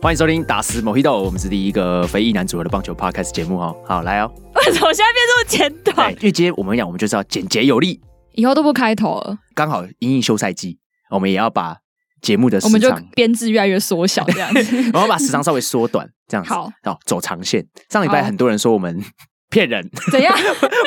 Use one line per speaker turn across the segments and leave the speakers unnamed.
欢迎收听《打死某一豆》，我们是第一个非裔男组合的棒球 podcast 节目哦。好，来哦，
为什么现在变这么简
对
短？，
越接我们讲，我们就是要简洁有力。
以后都不开头了，
刚好因应休赛季，我们也要把节目的时
我们就
长，
编制越来越缩小，这样 子。
我们要把时长稍微缩短，这样子，
好，
走长线。上礼拜
好
很多人说我们 骗人，
怎 样？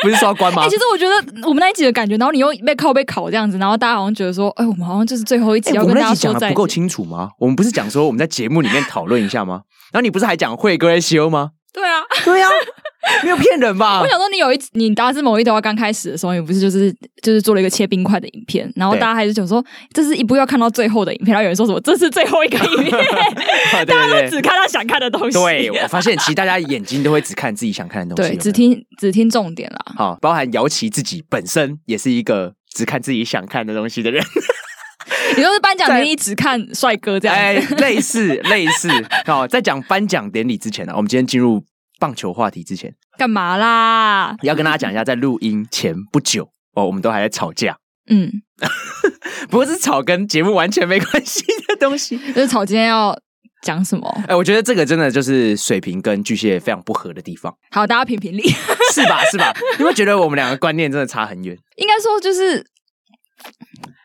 不是说要关
哎、
吗
其？实我觉得我们那一集的感觉，然后你又被靠被考这样子，然后大家好像觉得说，哎、我们好像就是最后一集
哎
要
我
跟
们
大
那
家
集讲的
说再
不够
见。
清楚吗？我们不是讲说我们在节目里面讨论一下 吗？然后你不是还讲会哥在休吗？
对啊，
对啊，没有骗人吧
我？想说你有一集你达斯某一头要刚开始的时候，你不是就是就是做了一个切冰块的影片，然后
对
大家还是想说这是一部要看到最后的 影片，然后有人说什么这是最后一个影片，
啊对
大家
对
都
对
只看他想看的东西。
对，我发现其实大家眼睛都会只看自己想看的东西，有
对，
没有
只听只听重点啦。
好，包含姚琦自己本身也是一个只看自己想看的东西的人，
你都是颁奖
在
典礼只看帅哥这样子。
哎，类似类似。好，在讲颁奖典礼之前呢、我们今天进入棒球话题之前，
干嘛啦？
要跟大家讲一下，在录音前不久哦，我们都还在吵架，
嗯，
不过是吵跟节目完全没关系的东西。
就是草今天要讲什么？
哎，我觉得这个真的就是水瓶跟巨蟹非常不合的地方，
好，大家评评理。
是吧？是吧？你会觉得我们两个观念真的差很远，
应该说就是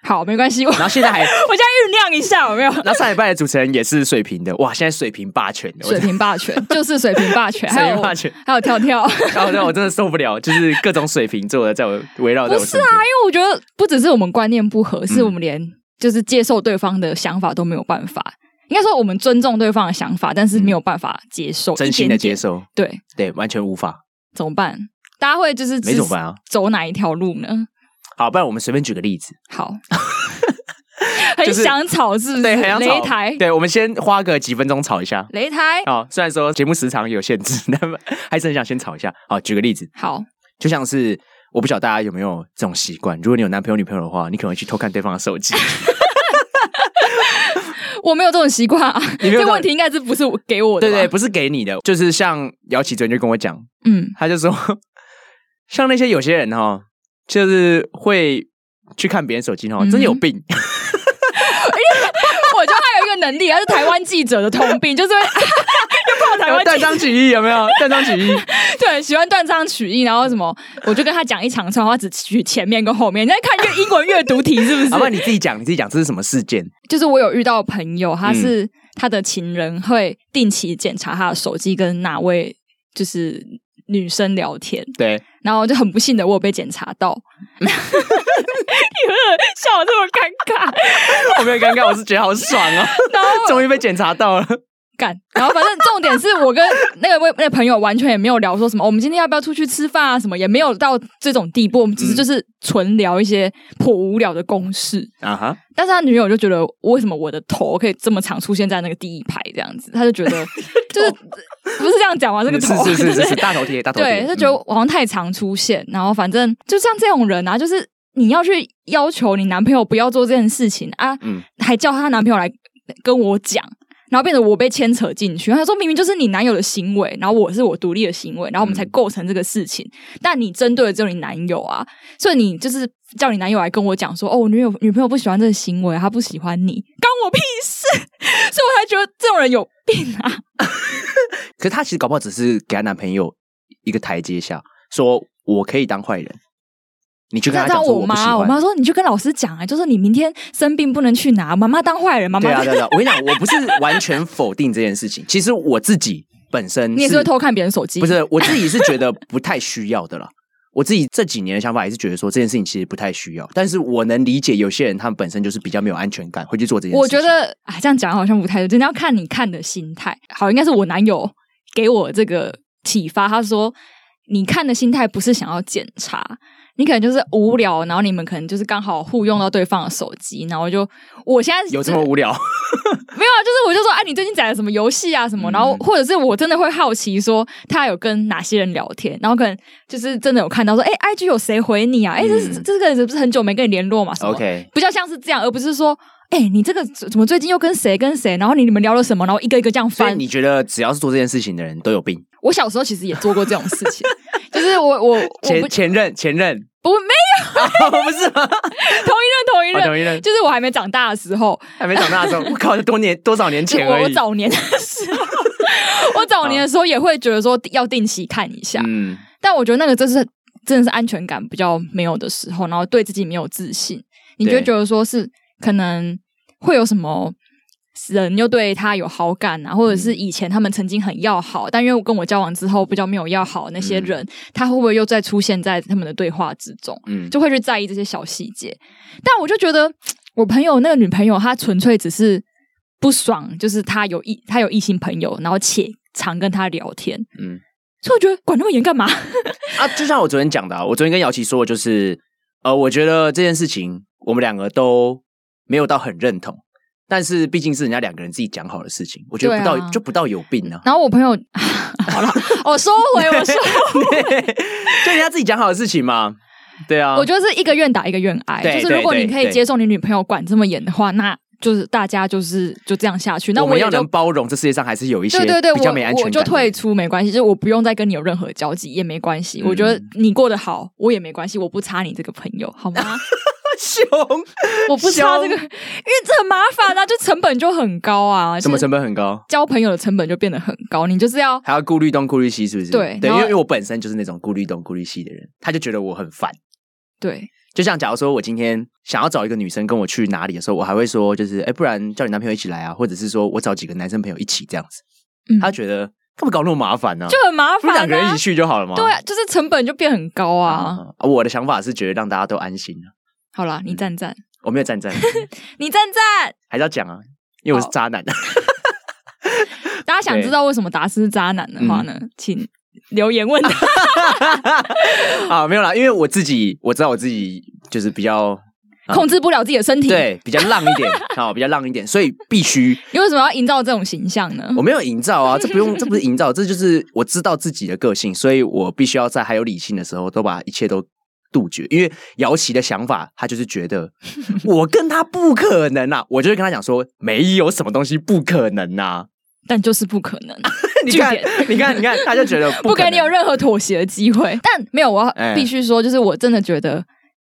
好，没关系。我我
然后现在还。
现在酝酿一下，有没有？
然后上礼拜的主持人也是水平的，哇！现在水平霸权了，我
水平霸权 就是水平霸权，还
水平
有
霸权，
还有跳跳。
然后让我真的受不了， 就是各种水瓶座的在我围绕在我
不是
身
啊，
边。
因为我觉得不只是我们观念不合，是
嗯
我们连就是接受对方的想法都没有办法。应该说我们尊重对方的想法，但是没有办法接受，
真心的接
受。
受，
对，
对，完全无法，
怎么办？大家会就是
没怎么办啊？
走哪一条路呢？
好，不然我们随便举个例子，
好，很
就是
想吵是不是？
嗯对，很想
擂
吵，
台，
对，我们先花个几分钟吵一下。
擂台，
好，虽然说节目时长有限制， 但还是很想先吵一下。好，举个例子，
好，
就像是我不晓得大家有没有这种习惯，如果你有男朋友女朋友的话，你可能会去偷看对方的手机。
我没有这种习惯啊，
你没有这
这
种
问题应该是不是我给我的？
对对，，啊不是给你的，就是像姚启昨天就跟我讲，
嗯，
他就说，像那些有些人哈，就是会去看别人手机哈，真的有
嗯哼
病。
我觉得他有一个能力，他是台湾记者的通 病，就是会又泡台湾
断
记者，
章取义有没有？断章取义，
对，喜欢断章取义，然后什么，我就跟他讲一长串，他只取前面跟后面。你在看阅英文阅读题是不
好吧，
是？
你自己讲，你自己讲，这是什么事件？
就是我有遇到朋友，他是他的情人会定期检查他的手机跟哪位就是女生聊天，
对，
然后就很不幸的我有被检查到，
嗯
你们笑得这么尴尬，
我没有尴尬，我是觉得好爽哦，
然后
终于被检查到了。
干，然后反正重点是我跟那个位那个朋友完全也没有聊说什么，我们今天要不要出去吃饭啊什么，也没有到这种地步，我们
嗯
只是就是纯聊一些颇无聊的公事。
啊 哈，
但是他女友就觉得，为什么我的头可以这么常出现在那个第一排这样子？他就觉 得，就是不是这样讲吗？这个头
是是
对
是
不
是
对
是大头贴，大头贴，
对，就觉得
嗯
我好像太常出现，然后反正就像这种人啊，就是你要去要求你男朋友不要做这件事情啊，
嗯
还叫她男朋友来跟我讲，然后变得我被牵扯进去。他说明明就是你男友的行为，然后我是我独立的行为，然后我们才
嗯
构成这个事情。但你针对的只有你男友啊，所以你就是叫你男友来跟我讲说，哦，我女友女朋友不喜欢这个行为，她不喜欢你，关我屁事。 所以我才觉得这种人有病啊。
可是她其实搞不好只是给她男朋友一个台阶下，说我可以当坏人，你去跟
那
她
当
讲说
我
不喜
妈，我
欢
妈。说你就跟老师讲啊，就是你明天生病不能去拿，妈妈当坏人，妈妈、
对啊，对啊对啊，我跟你讲，我不是完全否定这件事情。其实我自己本身
你也是会偷看别人手机，
不是，我自己是觉得不太需要的啦。我自己这几年的想法也是觉得说这件事情其实不太需要，但是我能理解有些人他们本身就是比较没有安全感，会去做这件事情。
我觉得啊，这样讲好像不太对，真的要看你看的心态。好，应该是我男友给我这个启发，他说你看的心态不是想要检查，你可能就是无聊，然后你们可能就是刚好互用到对方的手机，然后就我现在
有这么无聊，
没有啊？就是我就说，哎，啊，你最近打了什么游戏啊什么，然后
嗯
或者是我真的会好奇说他有跟哪些人聊天，然后可能就是真的有看到说，哎、i g 有谁回你啊？哎、这是
嗯
这个人是不是很久没跟你联络嘛？什么
OK，
比较像是这样，而不是说，哎、你这个怎么最近又跟谁跟谁，然后你你们聊了什么，然后一个一个这样
所以
翻。
你觉得只要是做这件事情的人都有病？
我小时候其实也做过这种事情， 就是我我我
前
不
前任前任哦
不 没
不是吗？
有同一
我
任同一任，
啊同一任
就是我还没长大的时候，
还没长大的时候，我靠，多年多少年
就
前
我
而
我
已。
早年的时候， 我早年的时候也会觉得说要定期看一下，
嗯，
但我觉得那个真是真的是安全感比较没有的时候，然后对自己没有自信，你就
对
会觉得说是可能会有什么。人又对他有好感啊，或者
嗯
是以前他们曾经很要好，但因为我跟我交往之后比较没有要好，那些
嗯
人、他会不会又再出现在他们的对话之中？
嗯，
就会去在意这些小细节。但我就觉得我朋友那个女朋友，她纯粹只是不爽，就是她有异她有异性朋友，然后且常跟她聊天，
嗯
所以我觉得管那么严干嘛？
啊，就像我昨天讲的、啊，我昨天跟姚琪说，就是呃，我觉得这件事情我们两个都没有到很认同，但是毕竟是人家两个人自己讲好的事情，我觉得
对
不到、
啊。
就不到有病啊
然后我朋友 好了，我收回，我收，
就人家自己讲好的事情嘛，对啊，
我觉得是一个愿打一个愿挨，
对
就是如果
对
你可以
对
接受你女朋友管这么严的话，那就是大家就是就这样下去，那
我们
也
要
就
能包容，这世界上还是有一些
对对对，
比较没安
我
全
我
感
就
的
退出没关系，就是我不用再跟你有任何交集也没关系。
嗯
我觉得你过得好，我也没关系，我不差你这个朋友，好吗？
凶，
我不差这个，因为这很麻烦啊，就成本就很高啊，
什么
就是
成本很高？
交朋友的成本就变得很高，你就是要
还要顾虑东顾虑西，是不是？
对
对，因
然后
为因为我本身就是那种顾虑东顾虑西的人，他就觉得我很烦。
对
就像假如说我今天想要找一个女生跟我去哪里的时候，我还会说，就是哎、诶不然叫你男朋友一起来啊，或者是说我找几个男生朋友一起这样子。
嗯
他觉得干嘛搞那么麻烦呢、
就很麻
不是
烦、啊，
两个人一起去就好了吗？
对啊，就是成本就变很高啊。
啊，我的想法是觉得让大家都安心啊。
好啦，你赞赞，
我没有 站站，
你赞赞，
还是要讲啊，因为我是
好
渣男。
大家想
对
知道为什么达斯是渣男的
嗯
话呢，请留言 问他。
啊，没有啦，因为我自己我知道我自己就是比较啊
控制不了自己的身体，
对比较浪一点，好比较浪一点，所以必须
你为什么要营造这种形象呢？
我没有营造啊，这不用，这不是营造，这就是我知道自己的个性，所以我必须要在还有理性的时候，都把一切都杜绝。因为姚琦的想法，他就是觉 得我跟他不可能啊，我就会跟他讲说，没有什么东西不可能 啊。
但就是不可 能。
你看
据，
你看，你看，他就觉得
不
可
给你有
能
任何妥协的机会。但没有，我
哎
要必须说，就是我真的觉得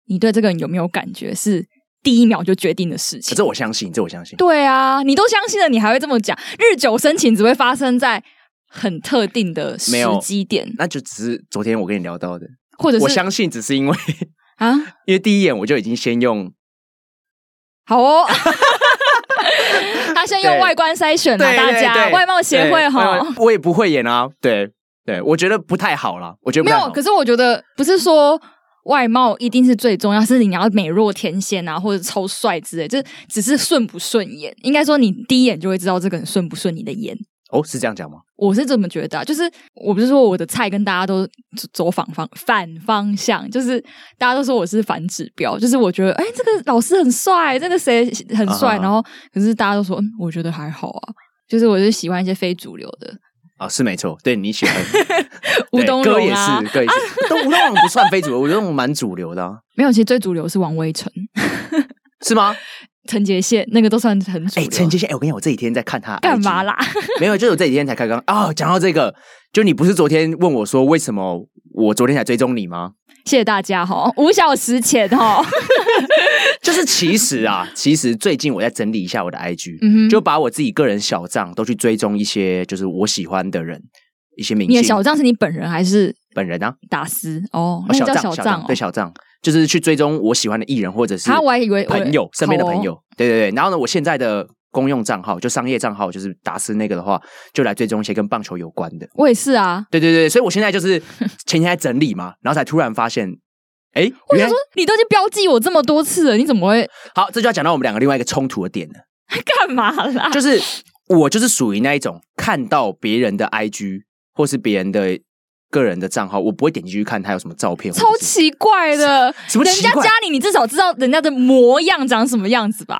你对这个人有没有感觉，是第一秒就决定的事情。
这我相信，这我相信。
对啊，你都相信了，你还会这么讲？日久生情只会发生在很特定的时
没有
机点，
那就只是昨天我跟你聊到的，
或者
我
是
相信只是因为，
啊，
因为第一眼我就已经先用
好哦。他先用
对
外观筛选了
对
大
对
家，
对
外貌协会
对外
哈
貌。我也不会演啊，对对，我觉得不太好啦，我觉得不
没
太
有，
好
可是我觉得不是说外貌一定是最重要，是你要美若天仙啊，或者超帅之类，就是只是顺不顺眼。应该说你第一眼就会知道这个人顺不顺你的眼。
哦，是这样讲吗？
我是这么觉得、啊，就是我不是说我的菜跟大家都走走反方反方向，就是大家都说我是反指标，就是我觉得哎、这个老师很帅，这个谁很帅，
啊哈哈
然后可是大家都说嗯，我觉得还好啊，就是我就喜欢一些非主流的
啊，是没错，对你喜欢
吴
对
东
歌
荣
也
啊
是，，歌也是，都吴东荣不算非主流，吴东荣蛮主流的、啊，
没有，其实最主流是王威成。
是吗？
陈杰宪那个都算很主
哎、
流。
陈杰宪，哎、我跟你讲，我这几天在看他
干嘛
了？
啦？
没有，就是我这几天才开刚哦。讲到这个，就你不是昨天问我说为什么我昨天才追踪你吗？
谢谢大家哈，五小时前 哈，
就是其实啊，其实最近我在整理一下我的 IG，、
嗯哼
就把我自己个人小账都去追踪一些就是我喜欢的人，一些明
你的
星
小账是你本人还是
本人啊，
达斯？哦，
哦
那个叫
账
账
账
哦
对。小账，就是去追踪我喜欢的艺人或者是
啊，我还以为我
朋友身边的朋。
好哦
友，对对对。然后呢，我现在的公用账号就商业账号，就是达斯那个的话，就来追踪一些跟棒球有关的。
我也是啊，
对对对，所以我现在就是 前天在整理嘛，然后才突然发现，哎，
我
原
想
来
说你都已经标记我这么多次了，你怎么会
好，这就要讲到我们两个另外一个冲突的点了，
干嘛啦？
就是我就是属于那一种看到别人的 IG 或是别人的个人的账号，我不会点进去看他有什么照片或者
超
是
奇怪的。
什么
人
奇
家
怪
家里你至少知道人家的模样长什么样子吧？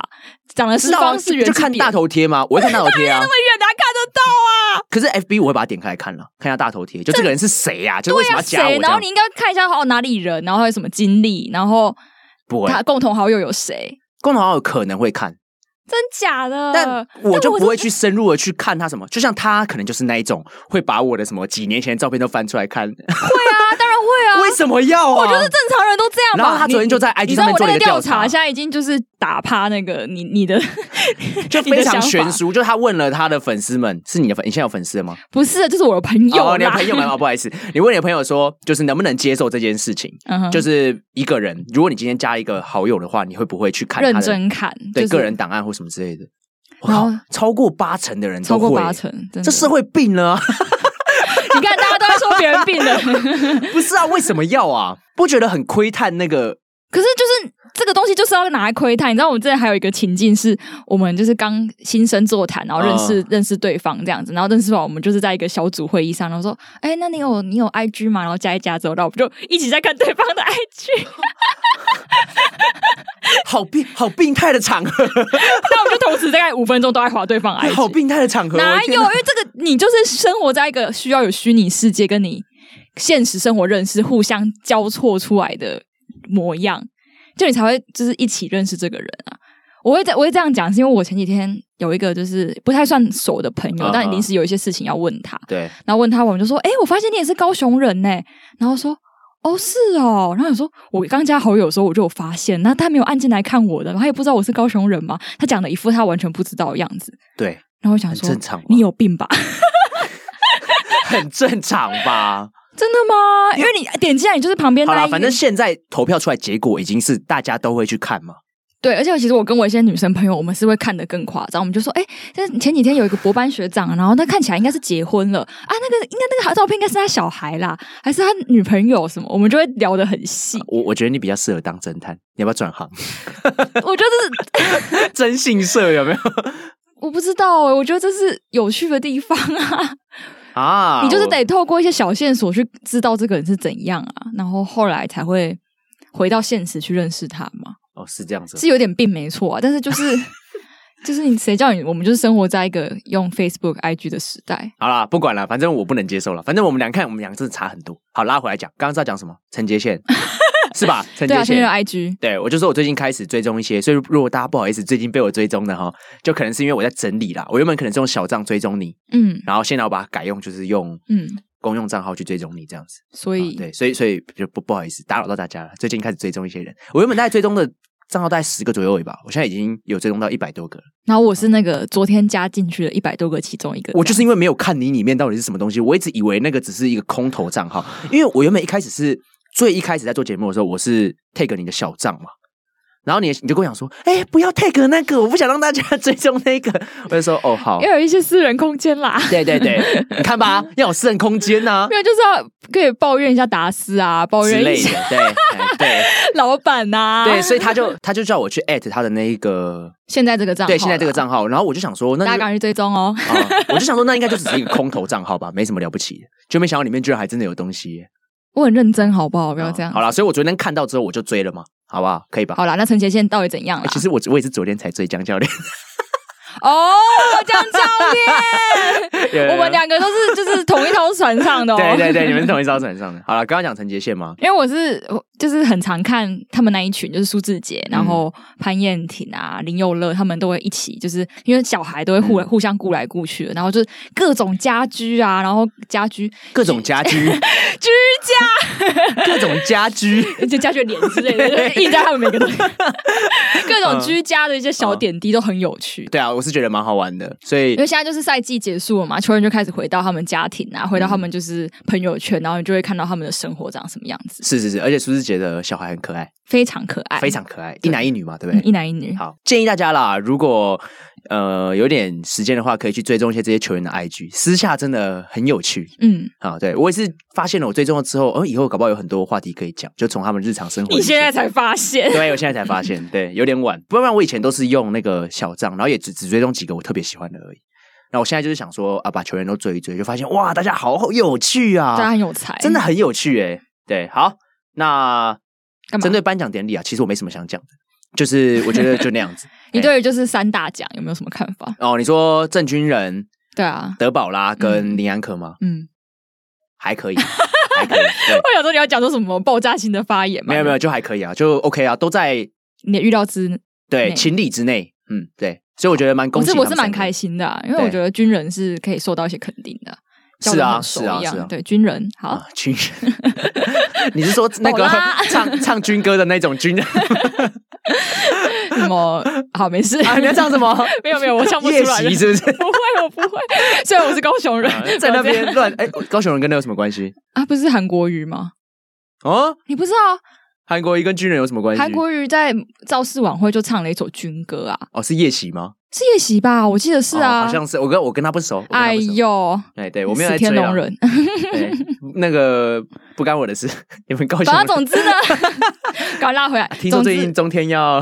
长得
知
是
道啊
方是圆
就是看
扁
大头贴吗？我会看大头贴啊，
远哪看得到啊？
可是 FB 我会把它点开来看了，看一下大头贴，就这个人是谁呀、就为
对
什么
啊，
要加我
谁？
这
然后
样
你？应该看一下哦，哪里人，然后还有什么经历，然后
不会，
他共同好友有谁？
共同好友可能会看，
真假的？
但我就不会去深入的去看他什么。就像他可能就是那一种会把我的什么几年前的照片都翻出来看，
啊，当然会啊，
为什么要啊？
我就是正常人都这样吧。
然后他昨天就在 IG
你你知道
上面
我
做
那
了一
个
个调
调
查
现在已经就是打趴那个你你的，
就
你的
非常
想法
悬殊。就他问了他的粉丝们，是你的粉，你现在有粉丝了吗？
不是，就是我的朋友啦，
哦，你的朋友们，哦，不好意思，你问你的朋友说，就是能不能接受这件事情？
嗯哼，
就是一个人，如果你今天加一个好友的话，你会不会去看他
认
的
真看，
对、
就是
个人档案或什么之类的？我
然
靠
后，
超过八成的人都
超
会
过八，成，真的
这社会病了、啊，
你看大家都在说别人 病了。
不是啊？为什么要啊？不觉得很窥探那个？
可是就是这个东西就是要拿来窥探，你知道我们之前还有一个情境是，我们就是刚新生座谈，然后认
嗯
识、认识对方这样子，然后认识完我们就是在一个小组会议上，然后说，哎、那你有你有 IG 吗？然后加一加之后，然后我们就一起在看对方的 IG，
好病好病态的场合，
那我们就同时大概五分钟都在划对方 IG，
好病态的场 合，
哪
我的
有？
天
因为这个你就是生活在一个需要有虚拟世界跟你现实生活认识互相交错出来的模样，就你才会就是一起认识这个人啊。我会这我会这样讲，是因为我前几天有一个就是不太算熟的朋友
嗯嗯
但临时有一些事情要问他，
对，
然后问他，我们就说：“哎、我发现你也是高雄人呢、然后说：“哦，是哦。”然后我说：“我刚加好友的时候，我就有发现，那他没有按进来看我的，然后他也不知道我是高雄人嘛。他讲的一副他完全不知道的样子。
对，
然后我想
很
说，
正常吧，
你有病吧？
很正常吧？
真的吗？因为你点进来，你就是旁边
好
那
啦，
一
反正现在投票出来结果已经是大家都会去看嘛。
对，而且其实我跟我一些女生朋友，我们是会看得更夸张。我们就说，哎、这前几天有一个博班学长，然后他看起来应该是结婚了啊，那个应该那个照片应该是他小孩啦，还是他女朋友什么？我们就会聊得很 细。
我我觉得你比较适合当侦探，你要不要转行？
我觉得这是
征信社有没有
我不知道哎、我觉得这是有趣的地方啊。
啊？
你就是
我
得透过一些小线索去知道这个人是怎样啊，然后后来才会回到现实去认识他嘛。
哦，是这样子。
是有点病没错啊，但是就是 就是你谁叫你我们就是生活在一个用 Facebook、IG 的时代，
好啦，不管了，反正我不能接受了。反正我们俩看，我们俩真的差很多。好，拉回来讲，刚刚是要讲什么？陈杰宪 是吧？陈
对
杰
啊，现
宪
在有。IG
对，我就说我最近开始追踪一些，所以如果大家不好意思，最近被我追踪的哈，就可能是因为我在整理啦。我原本可能是用小账追踪你，
嗯
然后现在我把它改用，就是用
嗯，
公用账号去追踪你这样子。
所
啊
以、
对，所以所以就不不好意思打扰到大家了。最近开始追踪一些人，我原本大概追踪的账号大概十个左右而已吧，我现在已经有追踪到一百多个了。
然后我是那个昨天加进去的一百多个其中一个，
我就是因为没有看你里面到底是什么东西，我一直以为那个只是一个空头账号，因为我原本一开始是最一开始在做节目的时候，我是 take 你的小账嘛，然后你你就跟我讲说，哎、不要 take 那个，我不想让大家 追踪那个，我就说哦好，
啊要有一些私人空间 啦。
对对对，你看吧，要有私人空间呐、
没有，就是要可以抱怨一下达斯啊，抱
之
怨一
类
下
的，对哎对
老板呐、
对，所以他就他就叫我去 at 他的那一个，
现在这个账号，
对，现在这个，账号，然后我就想说，那
大家
就
赶快去追踪哦。
啊、我就想说，那应该就只是一个空头账号吧，没什么了不起的，就没想到里面居然还真的有东西耶
我很认真，好不好？不要这样。
好啦，所以我昨天看到之后我就追了嘛，好不好？可以吧？
好啦，那陈杰现在到底怎样了
欸？其实我我也是昨天才追江教练，
哦，江教 练， 我们
俩
两个都是就是同一条船上的、哦。
对对对，你们是同一艘船上的。好了，刚刚讲陈杰宪吗？
因为我是我就是很常看他们那一群，就是苏志杰，然后
嗯
潘燕婷啊、林佑乐，他们都会一起，就是因为小孩都会互、
嗯
互相顾来顾去的，然后就是各种家居啊，然后家居
各种家居，
居家，
各种家居，
就家居的脸之类的，
对
就是印在他们每 个都各种
嗯
居家的一些小点滴都很有趣。
对啊，我是觉得蛮好玩的。所以
因为现在就是赛季结束了嘛，球员就开始回到他们家庭
嗯
啊，回到他们就是朋友圈，然后你就会看到他们的生活长什么样子，
是是是，而且苏志杰的小孩很可爱，
非常可爱，
非常可爱，一男一女嘛，对不
哎嗯一
对？
男一女。
好，建议大家啦，如果呃有点时间的话，可以去追踪一些这些球员的 IG，私下真的很有趣
嗯，
啊。对我也是发现了，我追踪了之后，哦，以后搞不好有很多话题可以讲，就从他们日常生活里面。
你现在才发现，
对，我现在才发现，对，有点晚，不然我以前都是用那个小账，然后也只只追踪几个我特别喜欢的而已。那我现在就是想说啊，把球员都追一追，就发现哇，大家好有趣啊，
大家很有才，
真的很有趣诶、对，好，那
干嘛。
针对颁奖典礼啊，其实我没什么想讲的，就是我觉得就那样子
你对
哎
于就是三大奖有没有什么看法？
哦，你说郑军人、
对啊，
德宝拉跟林安可吗？
嗯，
还可以，还可以， 对，
我想说你要讲出什么爆炸性的发言吗？
没有没有，，就还可以啊，就 OK 啊，都在
你的预料之，
对
内
情理之内，嗯，对，所以我觉得蛮
我
恭喜
是
他们
我
三
是
个，
蛮开心的啊、因为我
对
觉得军人是可以受到一些肯定的，
是啊
像我们手
是啊
一样
是啊
对军人好。
啊，军人，你是说那
宝
个
拉
唱唱军歌的那种军人？ 啊
什么好没事
啊，你要唱什么？
没有没有，我唱不出
夜
来的。
袭是不 是？
不会，我不会。虽然我是高雄人，
在那
不要这样
边乱哎，高雄人跟那有什么关系？
啊，不是韩国瑜吗？
哦，
你不知道
韩国瑜跟军人有什么关系？
韩国瑜在造势晚会就唱了一首军歌啊，
哦，是夜袭吗？
是夜袭吧？我记得是啊，
哦好像是我跟我跟他不熟。我跟他
哎
不熟，
呦，
哎，对我没有在
死
追
天
啊
龙。人。
对，那个不干我的事， 你们高雄人。
反正 总之呢，搞拉回来。
听说
总之
最近中天 要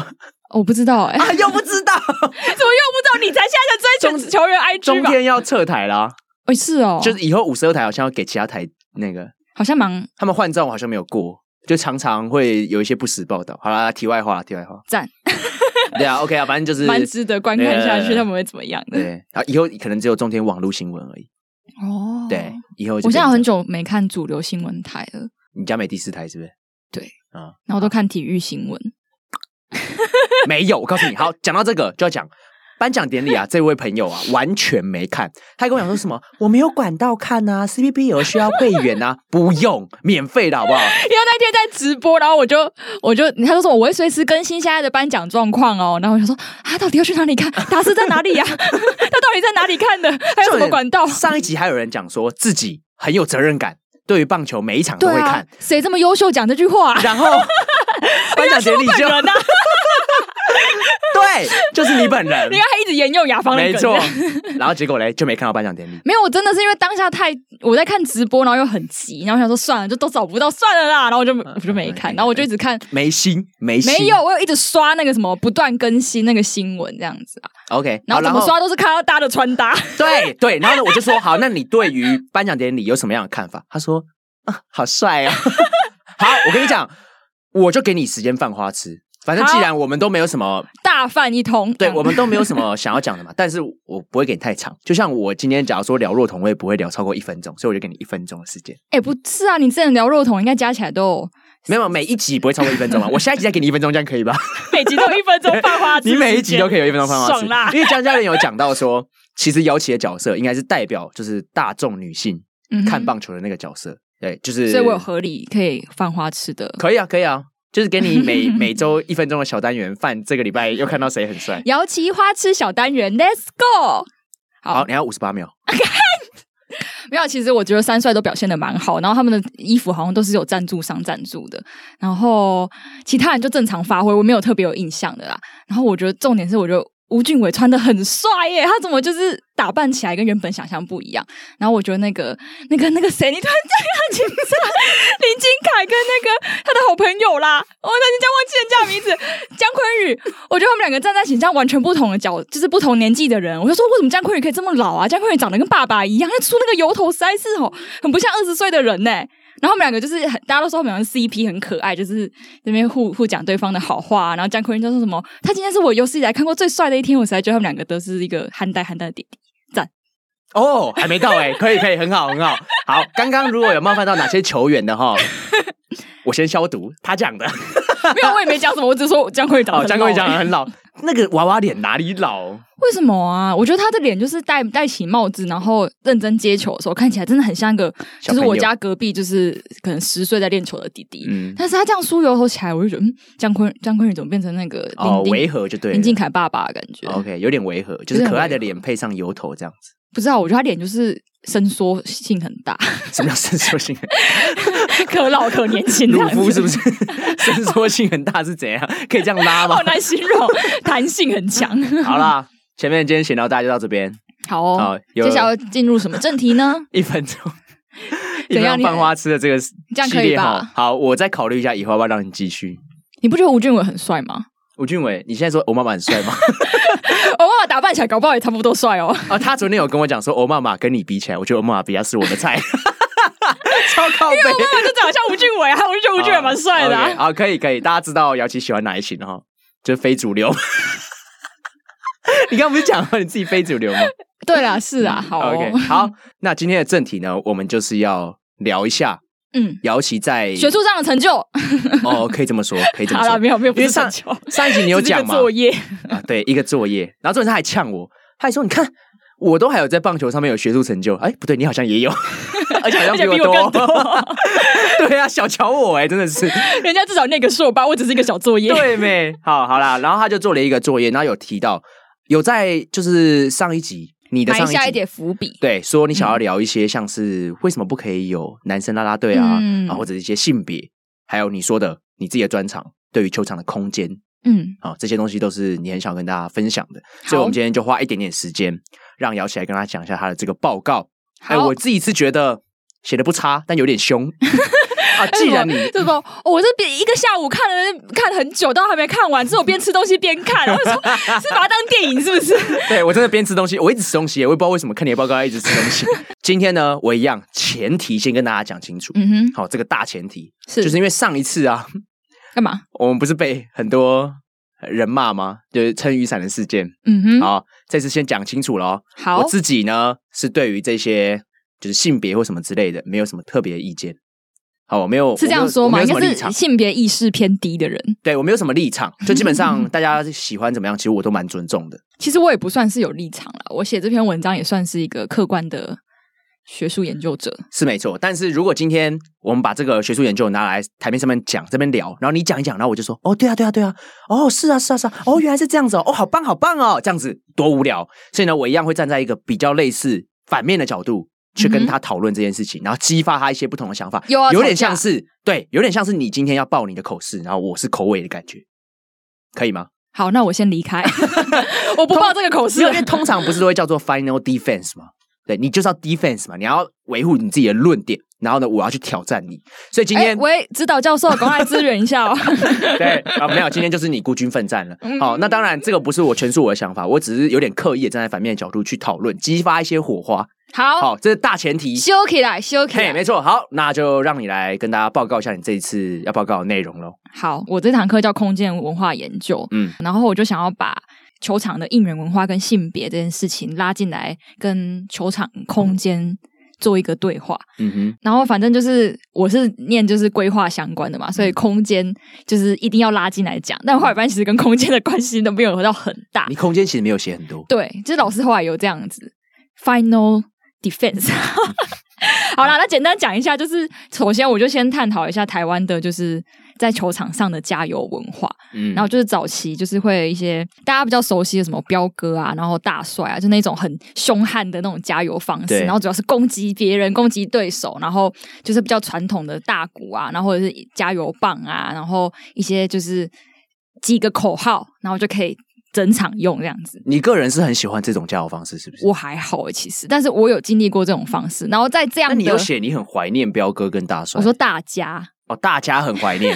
我不知道哎、啊
啊，又不知 道
怎么又不知道？你才现在在追求球员 IG
中
吧？
天要撤台啦，
哎、是哦，
就是以后五十二台好像要给其他台那个，
好像蛮
他们换照好像没有过，就常常会有一些不实报道。好啦，题外话，题外话，
赞，
对啊，OK 啊，反正就是呃
蛮值得观看下去，
对
他们会怎么样的？
对，然后以后可能只有中天网络新闻而已。
哦，
对，以后就
我现在很
变成
久没看主流新闻台了，
这样，你家没第四台是不 是？
然后都看体育新闻。
哦没有，我告诉你，好，讲到这个就要讲颁奖典礼啊， 这位朋友啊完全没看，他还跟我讲说什么我没有管道看啊，CPP 有需要会员啊， 不用，免费的好不好？
因为那天在直播，然后我就我就他就说我会随时更新现在的颁奖状况哦，然后我就说啊，到底要去哪里 看？达斯在哪里呀、他到底在哪里看的？还有什么管 道？
上一集还有人讲说自己很有责任感，对于棒球每一场都
对
会
啊
看，，
谁这么优秀讲这句话、
然 后颁奖典礼就
啊
对，就是你本人
你，看他一直沿用雅芳的梗，
没错
这样。
然后结果嘞就没看到颁奖典礼，
没有，我真的是因为当下太我在看直播，然后又很急，然后想说算了，就都找不到，算了啦，然后我就
嗯
我就没看，然后我就一直看，
没心没心，
没有，我有一直刷那个什么不断更新那个新闻这样子啊，
OK，
然
好
后怎么刷都是看到大家的穿搭，
对对，然后呢，我就说好，那你对于颁奖典礼有什么样的看法？他说啊，好帅啊！ 好，我跟你讲，我就给你时间犯花痴。反正既然我们都没有什么，
大饭一通。这
对
样
我们都没有什么想要讲 的嘛，但是我不会给你太长。就像我今天假如说聊若彤，我也不会聊超过一分钟，所以我就给你一分钟的时间。
哎、不是啊，你之前聊肉桶应该加起来都 有
没有，每一集不会超过一分钟嘛。我下一集再给你一分钟，这样可以 吧？
每集都有一分钟发花
你每一集都可以
以。
有一分钟犯花痴，
爽啦
因为江嘉玲有讲到说，其实姚琪的角色应该是代表就是大众女性
嗯哼
看棒球的那个角色，对，就是
所以我有合理可以犯花痴的。
可以啊，可以啊，就是给你 每每周一分钟的小单元，犯这个礼拜又看到谁很帅。
摇旗花痴小单元，Let's go！
好，你还有五十八秒，
没有，其实我觉得三帅都表现的蛮好，然后他们的衣服好像都是有赞助商赞助的，然后其他人就正常发挥，我没有特别有印象的啦。然后我觉得重点是，我觉得吴俊伟穿的很帅耶，他怎么就是打扮起来跟原本想象不一样？然后我觉得那个那个那个谁，你突然这样紧张，林金凯跟那个他的好朋友啦，我那人家忘记人家的名字，姜昆宇，我觉得他们两个站在形象完全不同的角，就是不同年纪的人。我就说，为什么姜昆宇可以这么老啊？姜昆宇长得跟爸爸一样，他出那个油头实在是哦，很不像二十岁的人呢、 然后他们两个就是很，大家都说他们好像 CP 很可爱，就是那边互互讲对方的好话、然后姜昆宇就说什么，他今天是我有史以来看过最帅的一天，我实在觉得他们两个都是一个憨呆憨呆 的弟弟。
哦，还没到哎、可以可以，很好很好。好，刚刚如果有冒犯到哪些球员的 哈，我先消毒。他讲的，
没有，我也没讲什么，我只是说姜昆宇长得
哦，
很
江哥
老
讲
欸
的很老，那个娃娃脸哪里老？
为什么啊？我觉得他的脸就是戴戴起帽子，然后认真接球的时候，看起来真的很像一个，
小
就
朋
是
友
我家隔壁就是可能十岁在练球的弟弟。
嗯，
但是他这样梳油头起来，我就觉得，嗯，姜昆姜昆宇怎么变成那个林、
哦，
林
违和就对哦
林
了
俊。凯爸爸的感觉？
OK，有点违和，就是可爱的脸配上油头这样 子。
不知道，我觉得他脸就是伸缩性很大，
什么叫伸缩性？
可老可年轻这
乳
样子，
肤是不是 伸缩性很大是怎样？可以这样拉吗
好？难形容，弹性 很强。
好啦，前面今天闲聊大家就到这边。
好哦，
好有
接下来要进入什么正题呢？
一分钟，一分
怎样
钟
你
犯花痴的这个系
这样可以
列哈
吧，
好，我再考虑一下，以后要不要让你继续。
你不觉得吴俊伟很帅吗？
吴俊伟，你现在说欧妈妈很帅吗？
哦，打扮起来搞不好也差不多帅哦。
啊，他昨天有跟我讲说，欧妈妈跟你比起来，我觉得欧妈妈比较是我的 菜，超靠北。
那就长得像吴俊伟啊，我就觉得吴俊伟蛮帅的、
啊
啊。
OK，好可以可以，大家知道姚琪喜欢哪一型哈？就是非主流。 你刚刚不是讲了你自己非主流吗？
对啦，是啊，好、哦
嗯 OK，好，那今天的正题呢，我们就是要聊一下
嗯，
姚琪在
学术上的成就，
哦，可以这么说，可以这么
好了，
说。
没有没有，不
因为
是
上
成就，
上一集你有
只是个
讲吗？
作业，
啊，对，一个作业，然后重点是他还呛我，他还说：“你看，我都还有在棒球上面有学术成就，哎，不对，你好像也 有，而且好像
而且
比
比
我
我
多。
更多。
对啊，小瞧我哎、真的 是
人家至少那个硕班，我只是一个小作业。
对没？ 好好啦，然后他就做了一个作业，然后有提到有在就是上一集你的
埋
上
下一
集。
点嗯伏笔。
对，说你想要聊一些像是为什么不可以有男生啦啦队啊，
嗯
啊或者一些性别，还有你说的你自己的专场对于球场的空间
嗯，
啊、这些东西都是你很想跟大家分享的，所以我们今天就花一点点时间，让姚起来跟他讲一下他的这个报告。哎，
好
我自己是觉得写的不差，但有点凶 啊。既然你
对不？我这边一个下午看了看很久，都还没看完，之后边吃东西边看，然后说是把它当电影是不是？
对我真的边吃东西，我一直吃东西，我也不知道为什么看你的报告要一直吃 东西。今天呢，我一样前提先跟大家讲清楚，
嗯哼，
好、这个大前提
是
就是因为上一次啊，
干嘛？
我们不是被很多人骂吗？就是撑雨伞的事件。
嗯哼，
好、这次先讲清楚哦喽。
好
我自己呢是对于这些就是性别或什么之类的没有什么特别的意见。好，我没有
是这样说
我没
吗？
有
应
什么
该
立
是
场，
性别意识偏低的人。
对我没有什么立场，就基本上大家喜欢怎么样，其实我都蛮尊重的。
其实我也不算是有立场了，我写这篇文章也算是一个客观的学术研究者。
是没错，但是如果今天我们把这个学术研究拿来台面上面讲，这边聊，然后你讲一讲，然后我就说，哦，对啊，对啊，对啊，哦，是啊，是啊，是啊，哦，原来是这样子哦，哦，好棒，好棒哦，这样子多无聊。所以呢，我一样会站在一个比较类似反面的角度去
嗯
跟他讨论这件事情，然后激发他一些不同的想法，
有啊
有点
吵架
像是对，有点像是你今天要报你的口试，然后我是口尾的感觉，可以吗？
好，那我先离开， 哎我不报这个口试
因为。因为通常不是都会叫做 final defense 吗？对你就是要 defense 嘛，你要维护你自己的论点，然后呢，我要去挑战你。所以今
哎
天、
喂，指导教授，赶快来支援一下哦！
对啊，没有，今天就是你孤军奋战了
嗯。
好，那当然这个不是我全是我的想法，我只是有点刻意的站在反面的角度去讨论，激发一些火花。
好，
好，这是大前提。
修起来，修起
嘿，
来。
没错，好，那就让你来跟大家报告一下你这一次要报告的内容喽。
好，我这堂课叫空间文化研究，
嗯
然后我就想要把球场的应援文化跟性别这件事情拉进来，跟球场空间做一个对话。
嗯哼，
然后反正就是我是念就是规划相关的
嗯
嘛，所以空间就是一定要拉进来讲。但画班其实跟空间的关系都没有到很大
你，空间其实没有写很多，
对，就是老师后来有这样子 final defense。好啦，那简单讲一下，就是首先我就先探讨一下台湾的，就是在球场上的加油文化。
嗯，
然后就是早期就是会有一些大家比较熟悉的什么彪哥啊，然后大帅啊，就那种很凶悍的那种加油方式，
对
然后主要是攻击别人、攻击对手，然后就是比较传统的大鼓啊，然后或者是加油棒啊，然后一些就是几个口号，然后就可以整场用这样子。
你个人是很喜欢这种交友方式，是不是？
我还好欸其实，但是我有经历过这种方式，然后在这样
那
的，
你有写你很怀念彪哥跟大帅，
我说大家
哦，大家很怀 念，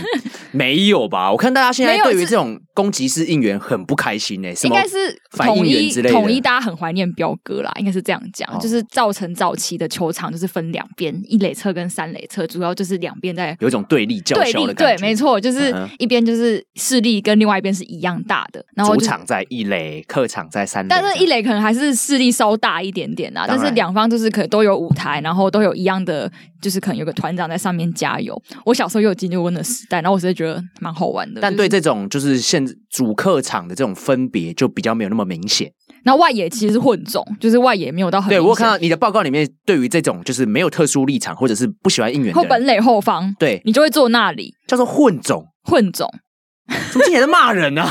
没有吧？我看大家现在
没有
对于
是
这种攻击式应援很不开心欸呢，什
应
么
该是
反应
统
员
一
之类的
统一，大家很怀念彪哥啦，应该是这样讲，
哦
就是造成早期的球场就是分两边，一垒侧跟三垒侧，主要就是两边在。
有一种对立叫
对
嚣
立
的感
对
觉，，
没错，就是
嗯哼
一边就是势力跟另外一边是一样大的，然后
主
就是
场在一垒，客场在三垒这样，
但是一垒可能还是势力稍大一点点啦，
当然
但是两方就是可能都有舞台，然后都有一样的，就是可能有个团长在上面加油。我小时候也有经历过那时代，然后我实在觉得蛮好玩的。
但
就
对
是
这种就是现主客场的这种分别就比较没有那么明显。
然后外野其实是混种，就是外野没有到很
对我
明
有
显
看到你的报告里面，对于这种就是没有特殊立场或者是不喜欢应援的
后
人，
本垒后方，
对
你就会坐那里
叫做混种，
混种。
怎么听起来在骂人啊？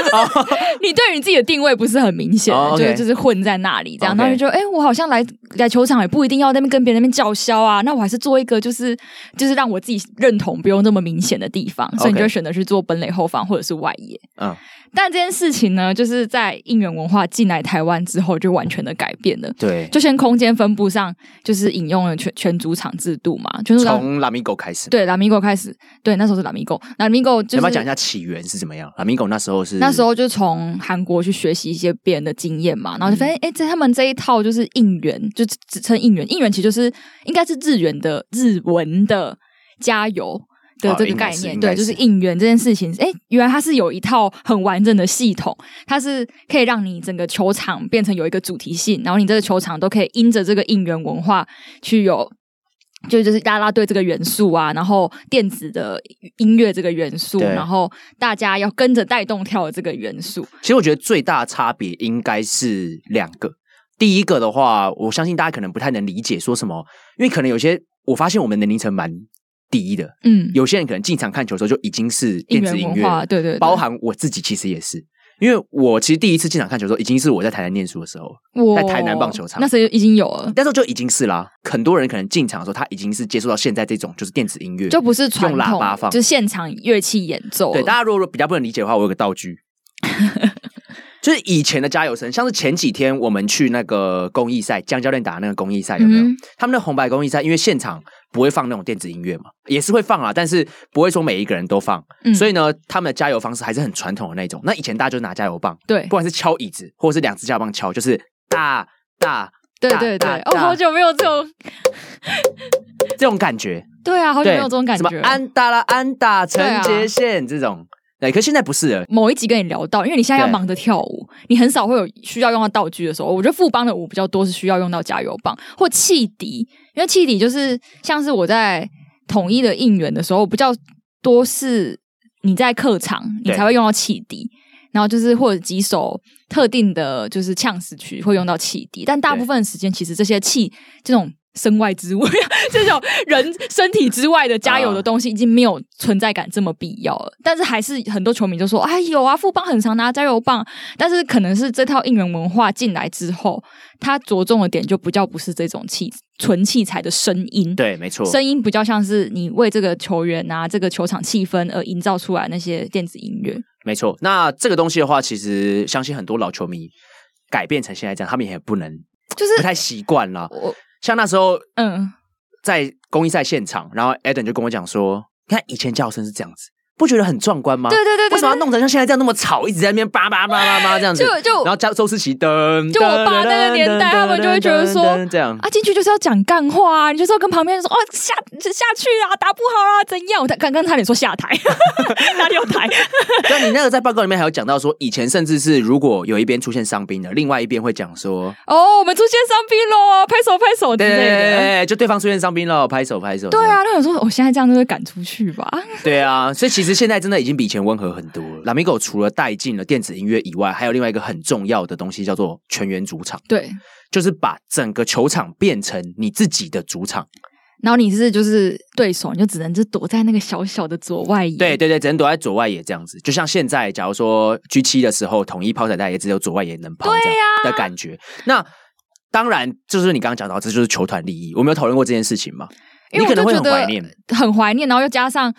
你对于你自己的定位不是很明显
哦，
就
OK
是就是混在那里这
哦
样，
OK
然后就觉得哎，我好像来在球场也不一定要在那边跟别人那边叫嚣啊。那我还是做一个就是就是让我自己认同不用这么明显的地方，所以你就
OK
会选择去做本垒后方或者是外野。
嗯，
但这件事情呢，就是在应援文化进来台湾之后，就完全的改变了。
对，
就先空间分布上，就是引用了全全主场制度嘛，全主场
从拉米狗开始，
对拉米狗开始，对那时候是拉米狗，拉米狗就
要
是
不要讲一下起源是怎么样？拉米狗那时候是
那时候就从韩国去学习一些别人的经验嘛，然后就发
嗯
现，哎、这他们这一套就是应援，就只称应援，应援其实就是应该是日元的日文的加油。的
哦
这个
应该
概
是
念，
应该
对，就是
是
应援这件事情，哎、原来它是有一套很完整的系统，它是可以让你整个球场变成有一个主题性，然后你这个球场都可以因着这个应援文化去有。就就是啦啦队这个元素啊，然后电子的音乐这个元素，
对
然后大家要跟着带动跳的这个元素，
其实我觉得最大的差别应该是两个。第一个的话，我相信大家可能不太能理解说什么，因为可能有些我发现我们年龄层蛮低的，
嗯，
有些人可能进场看球的时候就已经是电子音
文
乐
化，
了，
对对对，
包含我自己其实也是。因为我其实第一次进场看球的时候，已经是我在台南念书的时候，
我
在台南棒球场
那时候已经有了，
那时候就已经是啦。很多人可能进场的时候，他已经是接触到现在这种就是电子音乐，
就不是传
用喇叭
统，
放
就是现场乐器演奏了，
对，大家如果比较不能理解的话，我有个道具， 就是以前的加油声，像是前几天我们去那个公益赛，江教练打那个公益赛有没有？
嗯
他们的红白公益赛，因为现场不会放那种电子音乐嘛，也是会放啊，但是不会说每一个人都放，
嗯
所以呢，他们的加油方式还是很传统的那种。那以前大家就拿加油棒，
对
不管是敲椅子或者是两只加油棒敲，就是大大
对对对
大，
哦，
大
好久没有这种，
这种感觉，
对啊，好久
对，
没有这种感
什
觉
么。安打啦，安打
对啊
陈杰宪这种，对，可现在不是了。
某一集跟你聊到，因为你现在要
对
忙着跳舞，你很少会有需要用到道具的时候。我觉得富邦的舞比较多是需要用到加油棒或汽笛，因为汽笛就是像是我在统一的应援的时候，比较多是你在客场你
对
才会用到汽笛，然后就是或者几首特定的就是呛死曲会用到汽笛，但大
对
部分时间其实这些气这种。身外之物，这种人身体之外的加油的
啊
东西已经没有存在感这么必要了。但是还是很多球迷就说：“哎，有啊，富邦很常拿加油棒。”但是可能是这套应援文化进来之后，它着重的点就比较不是这种器纯器材的声音，
对，没错，
声音比较像是你为这个球员啊、这个球场气氛而营造出来那些电子音乐。
没错，那这个东西的话，其实相信很多老球迷改变成现在这样，他们也不能
就是
不太习惯啦。
我
像那时候
嗯，
在公益赛现场，然后 Eden 就跟我讲说：“你看以前加油声是这样子，不觉得很壮观吗？
对对对
啊为
对
什么要
对，
弄成像现在这样那么吵，一直在那边叭叭叭叭叭这样子？
就就
然后加周思琪噔，
就我爸那个年代他们就会觉得说
噔噔噔噔这样
啊，进去就是要讲干话啊，你就是要跟旁边人说哦下下去啊，打不好啊，怎样？我刚刚差点说下台， 哪里有台？
但你那个在报告里面还有讲到说，以前甚至是如果有一边出现伤兵的，另外一边会讲说，
哦，我们出现伤兵喽，拍手拍手之
对对对对
类的。
对，就对方出现伤兵了，拍手拍手。
对啊，那我说我现在这样就会赶出去吧？
对啊，所以其实现在真的已经比以前温和很多了。拉米狗除了带进了电子音乐以外，还有另外一个很重要的东西叫做全员主场，
对，
就是把整个球场变成你自己的主场。
嗯然后你是就是对手，你就只能就躲在那个小小的左外野。
对对对，只能躲在左外野这样子。就像现在，假如说 G 七的时候，统一抛彩带也只有左外野能抛这样的感觉。那当然，就是你刚刚讲到，这就是球团利益。我们有讨论过这件事情吗？
因为
你可能
我
会
就觉
很
得
怀念，
很怀念，然后又加上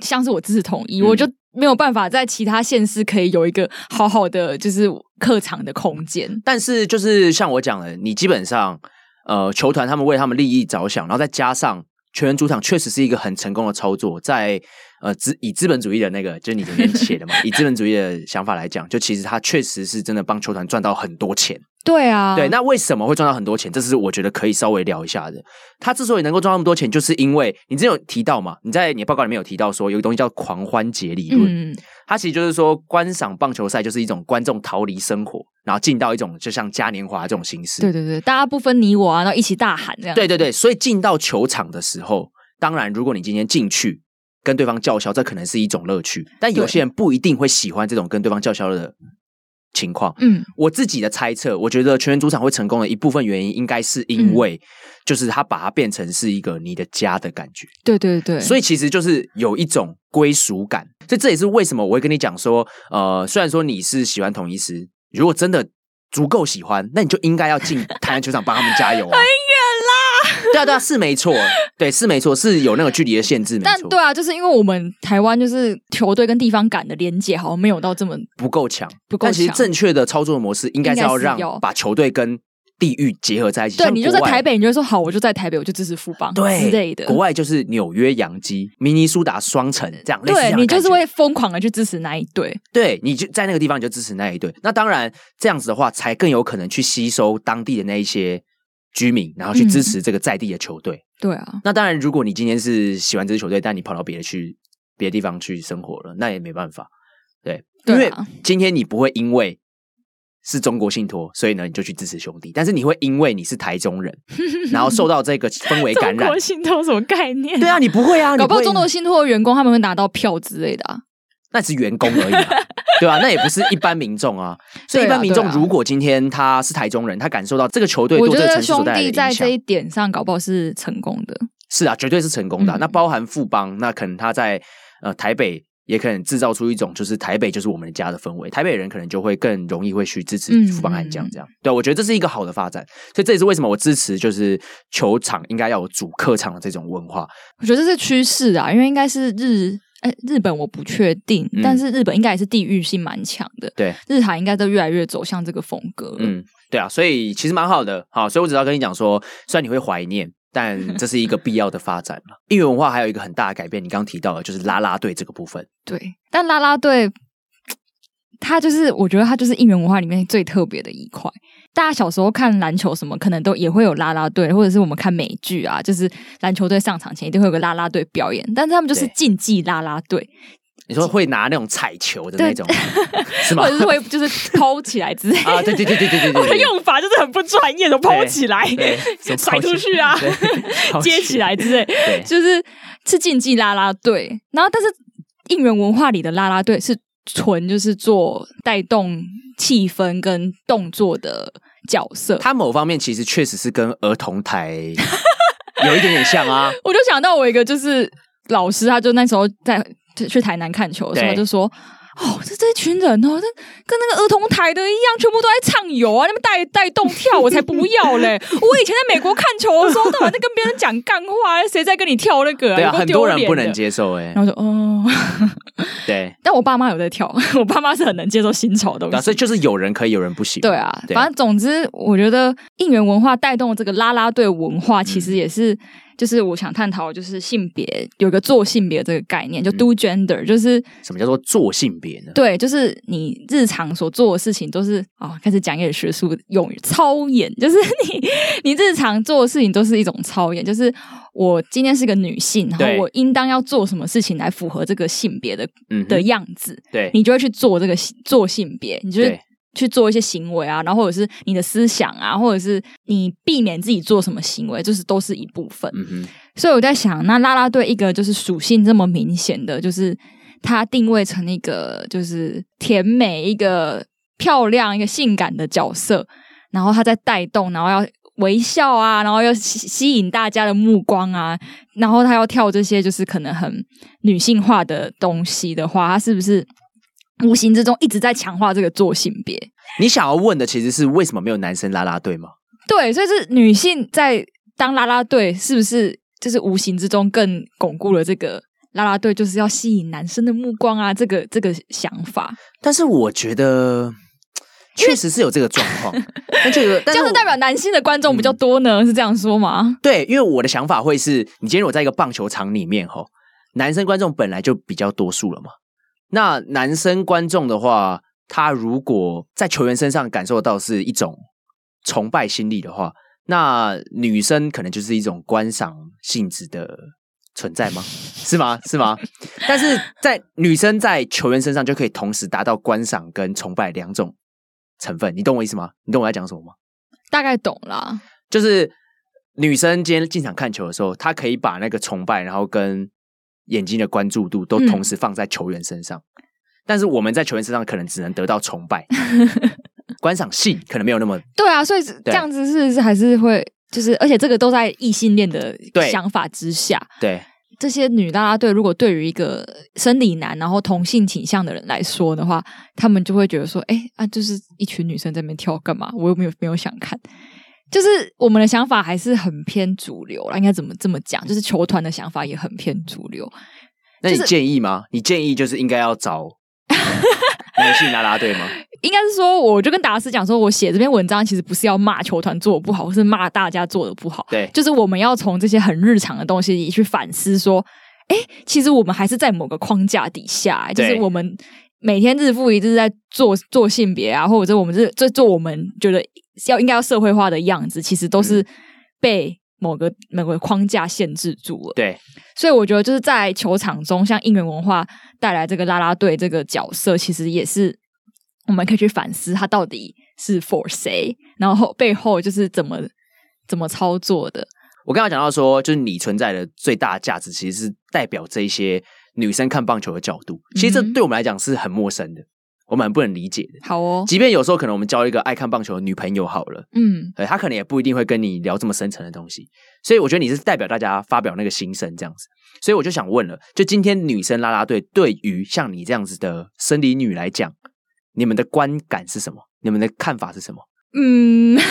像是我支持统一，
嗯
我就没有办法在其他县市可以有一个好好的就是客场的空间。
但是就是像我讲的，你基本上呃，球团他们为他们利益着想，然后再加上全员主场确实是一个很成功的操作，在呃资以资本主义的那个就是你前面写的嘛，以资本主义的想法来讲，就其实他确实是真的帮球团赚到很多钱。
对啊，
对，那为什么会赚到很多钱？这是我觉得可以稍微聊一下的。他之所以能够赚到那么多钱，就是因为你之前有提到嘛，你在你的报告里面有提到说有一个东西叫狂欢节理论，
嗯，
它其实就是说，观赏棒球赛就是一种观众逃离生活，然后进到一种就像嘉年华这种形式。
对对对，大家不分你我啊，然后一起大喊这样。
对对对所以进到球场的时候，当然如果你今天进去跟对方叫嚣，这可能是一种乐趣，但有些人不一定会喜欢这种跟对方叫嚣的情况。
嗯，
我自己的猜测，我觉得全员主场会成功的一部分原因，应该是
嗯
因为就是他把它变成是一个你的家的感觉。
对对对，
所以其实就是有一种归属感。所以这也是为什么我会跟你讲说，呃，虽然说你是喜欢统一师，如果真的足够喜欢，那你就应该要进台篮球场帮他们加油啊！很远啦，对啊对啊，是没错，对是没错，是有那个距离的限制，没
但
错，
对啊，就是因为我们台湾就是球队跟地方感的连接好像没有到这么
不够强，
不够
但其实
强
正确的操作模式应该是
应该
要
是
让
要
把球队跟地域结合在一起，
对，
像
你就
国
在
外
台。北，你就会说好，我就在台北，我就支持富邦
对
之类的。
国外就是纽约洋基、明尼苏达双城这样，类似这
对
样的
你就是
感觉
会疯狂的去支持那一队，
对，你就在那个地方你就支持那一队。那当然，这样子的话才更有可能去吸收当地的那一些居民，然后去
嗯
支持这个在地的球队。
对啊，
那当然，如果你今天是喜欢这支球队，但你跑到别的去别的地方去生活了，那也没办法。对，因
对
为
啊，
今天你不会因为是中国信托，所以呢你就去支持兄弟，但是你会因为你是台中人，然后受到这个氛围感
中
染
国。信托什么概念？
对啊，，你不会啊，你
搞不
不
好
会
中国信托的员工他们会拿到票之类的啊。
那只是员工而已、 啊，对吧、那也不是一般民众啊。所以一
对啊
般民众
对啊
如果今天他是台中人，他感受到这个球队
我
对
觉
这个城
得
市所
兄
带来的
弟在
影
这
响
一，点上搞不好是成功的，
是啊，绝对是成功的啊、
嗯
那包含富邦，那可能他在呃台北。也可能制造出一种就是台北就是我们的家的氛围，台北人可能就会更容易会去支持
嗯
富邦悍将
嗯
这样。对啊，我觉得这是一个好的发展，所以这也是为什么我支持就是球场应该要有主客场的这种文化。
我觉得这是趋势啊，因为应该是日。哎，日本我不确定，
嗯
但是日本应该也是地域性蛮强的，
对，
日韩应该都越来越走向这个风格了。
嗯，对啊，所以其实蛮好的，好，所以我只要跟你讲说，虽然你会怀念， 但这是一个必要的发展嘛。应援文化还有一个很大的改变，你刚刚提到的就是啦啦队这个部分，
对，但啦啦队，它就是我觉得它就是应援文化里面最特别的一块。大家小时候看篮球什么，可能都也会有啦啦队，或者是我们看美剧啊，就是篮球队上场前一定会有个啦啦队表演，但是他们就是
对
竞技啦啦队，
你说会拿那种彩球的那种， 是吗
或？者是会就是抛起来之类的。
啊，对对对对对对
我的
对对。
用法就是很不专业的抛起来、
对，什么
甩出去啊
对抛
接起来之类，
对，
就是是竞技啦啦队，然后但是应援文化里的啦啦队是纯就是做带动气氛跟动作的角色。
它某方面其实确实是跟儿童台有一点点像 啊，
我就想到我一个就是老师，他就那时候在去去台南看球的时候，
对
他就说。哦，这这群人哦，那跟那个儿童台的一样，全部都在唱游啊，那边带带动跳，我才不要 嘞！我以前在美国看球的时候，到底在跟别人讲干话，谁在跟你跳那个、
对啊，
有够
很多
丢
人
脸
不
的嗯
能接受哎
然，后就哦，
对，
但我爸妈有在跳，我爸妈是很能接受新潮的
对啊
东西。
所以就是有人可以，有人不行，
对啊，反正总之，我觉得应援文化带动了这个啦啦队文化，其
嗯
实也是、就是我想探讨，就是性别有个做性别这个概念，就
嗯
do gender，、就是
什么叫做做性别呢？
对，就是你日常所做的事情都是啊、哦，开始讲一点学术用语，操演，就是你你日常做的事情都是一种操演，就是我今天是个女性，然后
对
我应当要做什么事情来符合这个性别的
嗯哼，
的样子，
对，
你就会去做这个性做性别，你就
对
是去做一些行为啊，然后或者是你的思想啊，或者是你避免自己做什么行为，就是都是一部分。
嗯哼。
所以我在想，那啦啦队一个就是属性这么明显的，就是它定位成一个就是甜美、一个漂亮、一个性感的角色，然后它在带动，然后要。微笑啊，然后要吸吸引大家的目光啊，然后他要跳这些就是可能很女性化的东西的话，他是不是无形之中一直在强化这个做性别？
你想要问的其实是为什么没有男生啦啦队吗？
对，所以是女性在当啦啦队，是不是就是无形之中更巩固了这个啦啦队就是要吸引男生的目光啊？这个这个想法，
但是我觉得确实是有这个状 况，但这个
这
但是嗯
样
我
是代表男性的观众比较多呢？是这样说吗？
对，因为我的想法会是，你今天如果在一个棒球场里面吼，男生观众本来就比较多数了嘛，那男生观众的话，他如果在球员身上感受到是一种崇拜心理的话，那女生可能就是一种观赏性质的存在吗？是吗？是吗？但是在女生在球员身上就可以同时达到观赏跟崇拜两种成分，你懂我意思吗？你懂我在讲什么吗？
大概懂啦。
就是女生今天进场看球的时候，她可以把那个崇拜，然后跟眼睛的关注度
嗯
都同时放在球员身上。但是我们在球员身上可能只能得到崇 拜，观赏性可能没有那么
对啊，所以是这
对
样子是不是还是会就是，而且这个都在异性恋的
对
想法之下，
对。
这些女啦啦队，如果对于一个生理男，然后同性倾向的人来说的话，他们就会觉得说，哎、啊，就是一群女生在那边跳干嘛？我又没有没有想看。就是我们的想法还是很偏主流啦，应该怎么这么讲？就是球团的想法也很偏主流。
那你
就是
建议吗？你建议就是应该要 找男性啦啦队吗？
应该是说，我就跟达斯讲说，我写这篇文章其实不是要骂球团做的不好，或是骂大家做的不好，
对
就是我们要从这些很日常的东西里去反思，说，哎，其实我们还是在某个框架底下，就
对
是我们每天日复一日在做做性别啊，或者我们是在做我们觉得要应该要社会化的样子，其实都是被某个某个框架限制住了。
对，
所以我觉得就是在球场中，像应援文化带来这个啦啦队这个角色，其实也是我们可以去反思它到底是 for 谁，然后背后就是怎么怎么操作的。
我刚刚讲到说，就是你存在的最大价值，其实是代表这一些女生看棒球的角度。其实这
嗯哼
对我们来讲是很陌生的，我们很不能理解的。
好哦，
即便有时候可能我们交一个爱看棒球的女朋友好了，
嗯，
呃，她可能也不一定会跟你聊这么深层的东西。所以我觉得你是代表大家发表那个心声这样子。所以我就想问了，就今天女生啦啦队对于像你这样子的生理女来讲，你们的观感是什么？你们的看法是什么？
嗯，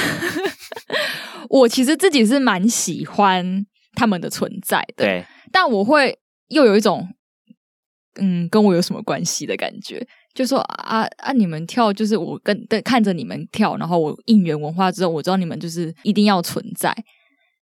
我其实自己是蛮喜欢他们的存在的，
对，
但我会又有一种嗯，跟我有什么关系的感觉。就说啊啊，你们跳就是我跟跟看着你们跳，然后我应援文化之后，我知道你们就是一定要存在，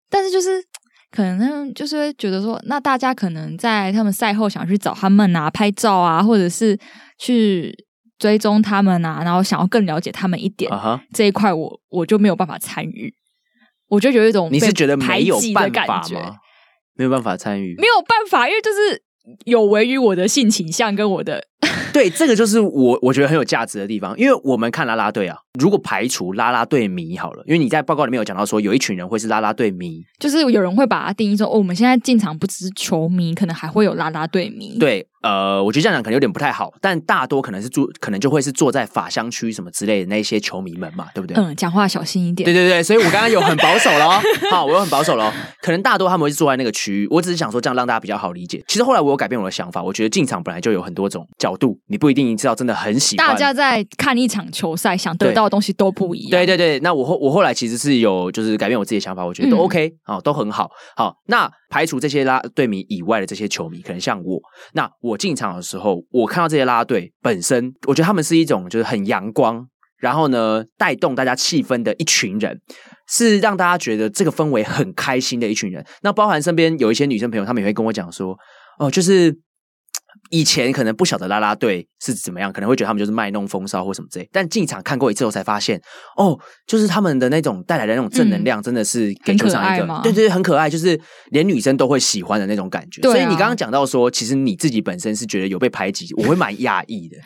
但是就是。可能就是会觉得说，那大家可能在他们赛后想去找他们啊、拍照啊，或者是去追踪他们啊，然后想要更了解他们一点。
啊哈，
这一块我我就没有办法参与，我就有一种
你是
被
觉得
排
没有
挤的
办
感
法
觉，
吗？没有办法参与，
没有办法，因为就是有违于我的性倾向跟我的，
对，这个就是我我觉得很有价值的地方，因为我们看啦啦队啊，如果排除啦啦队迷好了，因为你在报告里面有讲到说，有一群人会是啦啦队迷，
就是有人会把它定义说，哦，我们现在进场不只是球迷，可能还会有啦啦队迷。，
对，呃，我觉得这样讲可能有点不太好，但大多可能是住，可能就会是坐在法香区什么之类的那些球迷们嘛，对不对？
嗯，讲话小心一点。
对对对，所以我刚刚有很保守咯，好，我有很保守咯。可能大多他们会是坐在那个区域，我只是想说这样让大家比较好理解。其实后来我有改变我的想法，我觉得进场本来就有很多种角度，你不一定知道真的很喜欢
大家在看一场球赛，想得
对
到的东西都不一样。
对对对，那我后我后来其实是有就是改变我自己的想法，我觉得都
嗯
OK 好、都很好。好，那排除这些拉队迷以外的这些球迷，可能像我，那我进场的时候，我看到这些拉队本身，我觉得他们是一种就是很阳光，然后呢带动大家气氛的一群人。是让大家觉得这个氛围很开心的一群人。那包含身边有一些女生朋友，她们也会跟我讲说，哦，就是嘖以前可能不晓得啦啦队是怎么样，可能会觉得他们就是卖弄风骚或什么之类。但进场看过一次后，才发现，哦，就是他们的那种带来的那种正能量，真的是给
嗯很
球
可
场一
爱
个，
吗
对对对，很可爱，就是连女生都会喜欢的那种感觉。
对啊
所以你刚刚讲到说，其实你自己本身是觉得有被排挤，我会蛮讶 异的。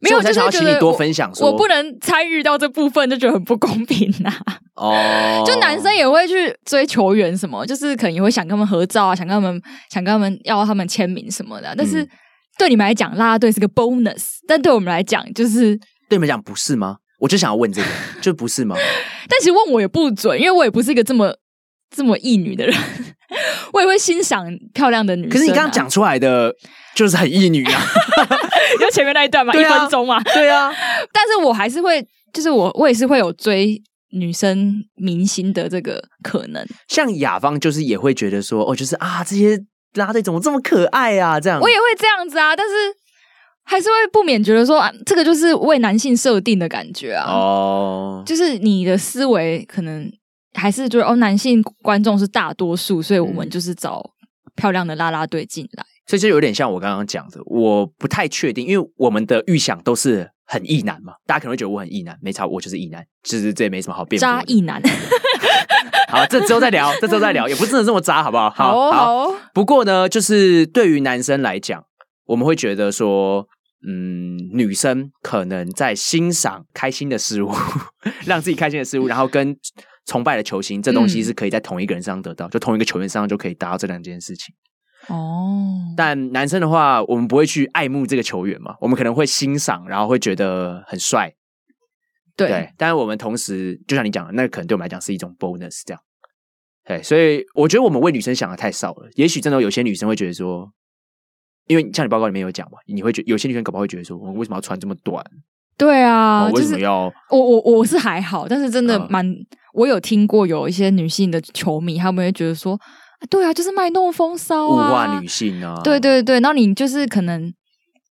没
所
有
以我才想要
就是
请
觉得
你多
我
分享说，
我不能参与到这部分，就觉得很不公平呐、啊。
哦，
就男生也会去追球员什么，就是可能也会想跟他们合照啊，想跟他们想跟他们要他们签名什么的。啊但是
嗯
对你们来讲，啦啦队是个 bonus，但对我们来讲就是
对你们讲不是吗？我就想要问这个，就不是吗？
但其实问我也不准，因为我也不是一个这么这么异女的人， 我也会欣赏漂亮的女生、啊
可是你刚刚，讲出来的就是很异女 啊，
就前面那一段嘛，
对
一
啊
分钟嘛，
对啊，
但是我还是会，就是我我也是会有追女生明星的这个可能，
像雅芳就是也会觉得说，哦，就是啊，这些拉队怎么这么可爱啊，这样
我也会这样子啊，但是还是会不免觉得说啊，这个就是为男性设定的感觉啊，
哦，
就是你的思维可能还是觉得哦，男性观众是大多数，所以我们
嗯
就是找漂亮的啦啦队进来。
所以就有点像我刚刚讲的，我不太确定，因为我们的预想都是很异男嘛，大家可能会觉得我很异男，没差，我就是异男，其实这也没什么好辩驳
渣
的。
一男，
好，这之后再聊，这之后再聊，也不是真的这么渣，好不 好？
好哦好哦，
不过呢，就是对于男生来讲，我们会觉得说，嗯，女生可能在欣赏开心的事物， 让自己开心的事物，然后跟崇拜的球星，这东西
嗯
是可以在同一个人身上得到，就同一个球员身上就可以达到这两件事情。
哦，
但男生的话，我们不会去爱慕这个球员嘛，我们可能会欣赏，然后会觉得很帅，
对，
对。但是我们同时，就像你讲的，那可能对我们来讲是一种 bonus，这样。对，所以我觉得我们为女生想的太少了。也许真的有些女生会觉得说，因为像你报告里面有讲嘛，你会觉有些女生搞不好会觉得说，我为什么要穿这么短？
对啊，
我哦
就
为什么
是
要？
我我我是还好，但是真的
嗯
蛮，我有听过有一些女性的球迷，他们会觉得说，啊对啊，就是卖弄风骚
物
啊，
化女性啊，
对对对，然后你就是可能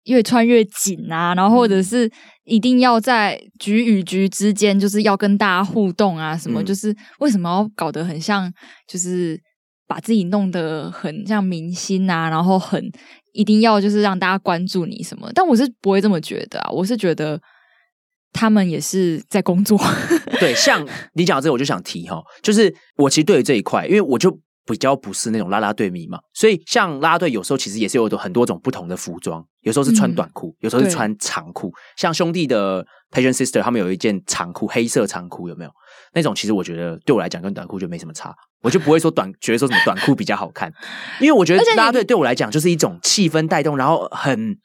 越穿越紧啊，然后或
嗯
者是一定要在局与局之间，就是要跟大家互动啊，什么、
嗯
就是为什么要搞得很像，就是把自己弄得很像明星啊，然后很一定要就是让大家关注你什么，但我是不会这么觉得啊，我是觉得。他们也是在工 作，
对，像你讲到这个，我就想提哈，就是我其实对于这一块，因为我就比较不是那种啦啦队迷嘛，所以像啦啦队有时候其实也是有很多种不同的服装，有时候是穿
嗯
短裤，有时候是
对
穿长裤。像兄弟的 Passion Sister 他们有一件长裤，黑色长裤有没有？那种其实我觉得对我来讲跟短裤就没什么差，我就不会说短觉得说什么短裤比较好看，因为我觉得
而且你
啦啦队对我来讲就是一种气氛带动，然后很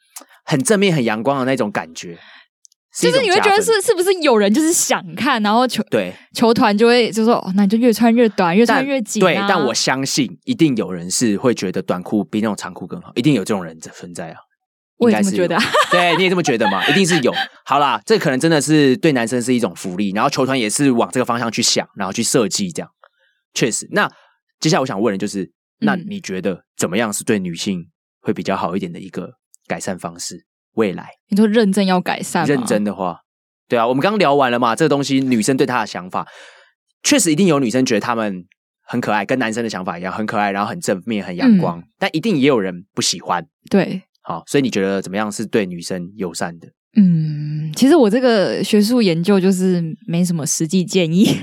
很正面、很阳光的那种感觉，一
就是
种
你会
加
觉得
分
是是不是有人就是想看，然后球
对。
球团就会就说哦，那你就越穿越短，越穿
但
越紧、啊。
对，但我相信一定有人是会觉得短裤比那种长裤更好，一定有这种人存在啊。
我
应
也
该
这么
是
觉 得啊
有。对，你也这么觉得嘛？一定是有。好啦，这可能真的是对男生是一种福利，然后球团也是往这个方向去想，然后去设计这样。确实，那接下来我想问的就是，那
嗯
你觉得怎么样是对女性会比较好一点的一个改善方式？未来
你说认真要改善，
认真。的话，对啊，我们刚聊完了嘛，这个东西女生对她的想法，确实一定有女生觉得她们很可爱，跟男生的想法一样，很可爱，然后很正面、很阳
嗯
光，但一定也有人不喜欢。
对，
好，所以你觉得怎么样是对女生友善的？
嗯，其实我这个学术研究就是没什么实际建议，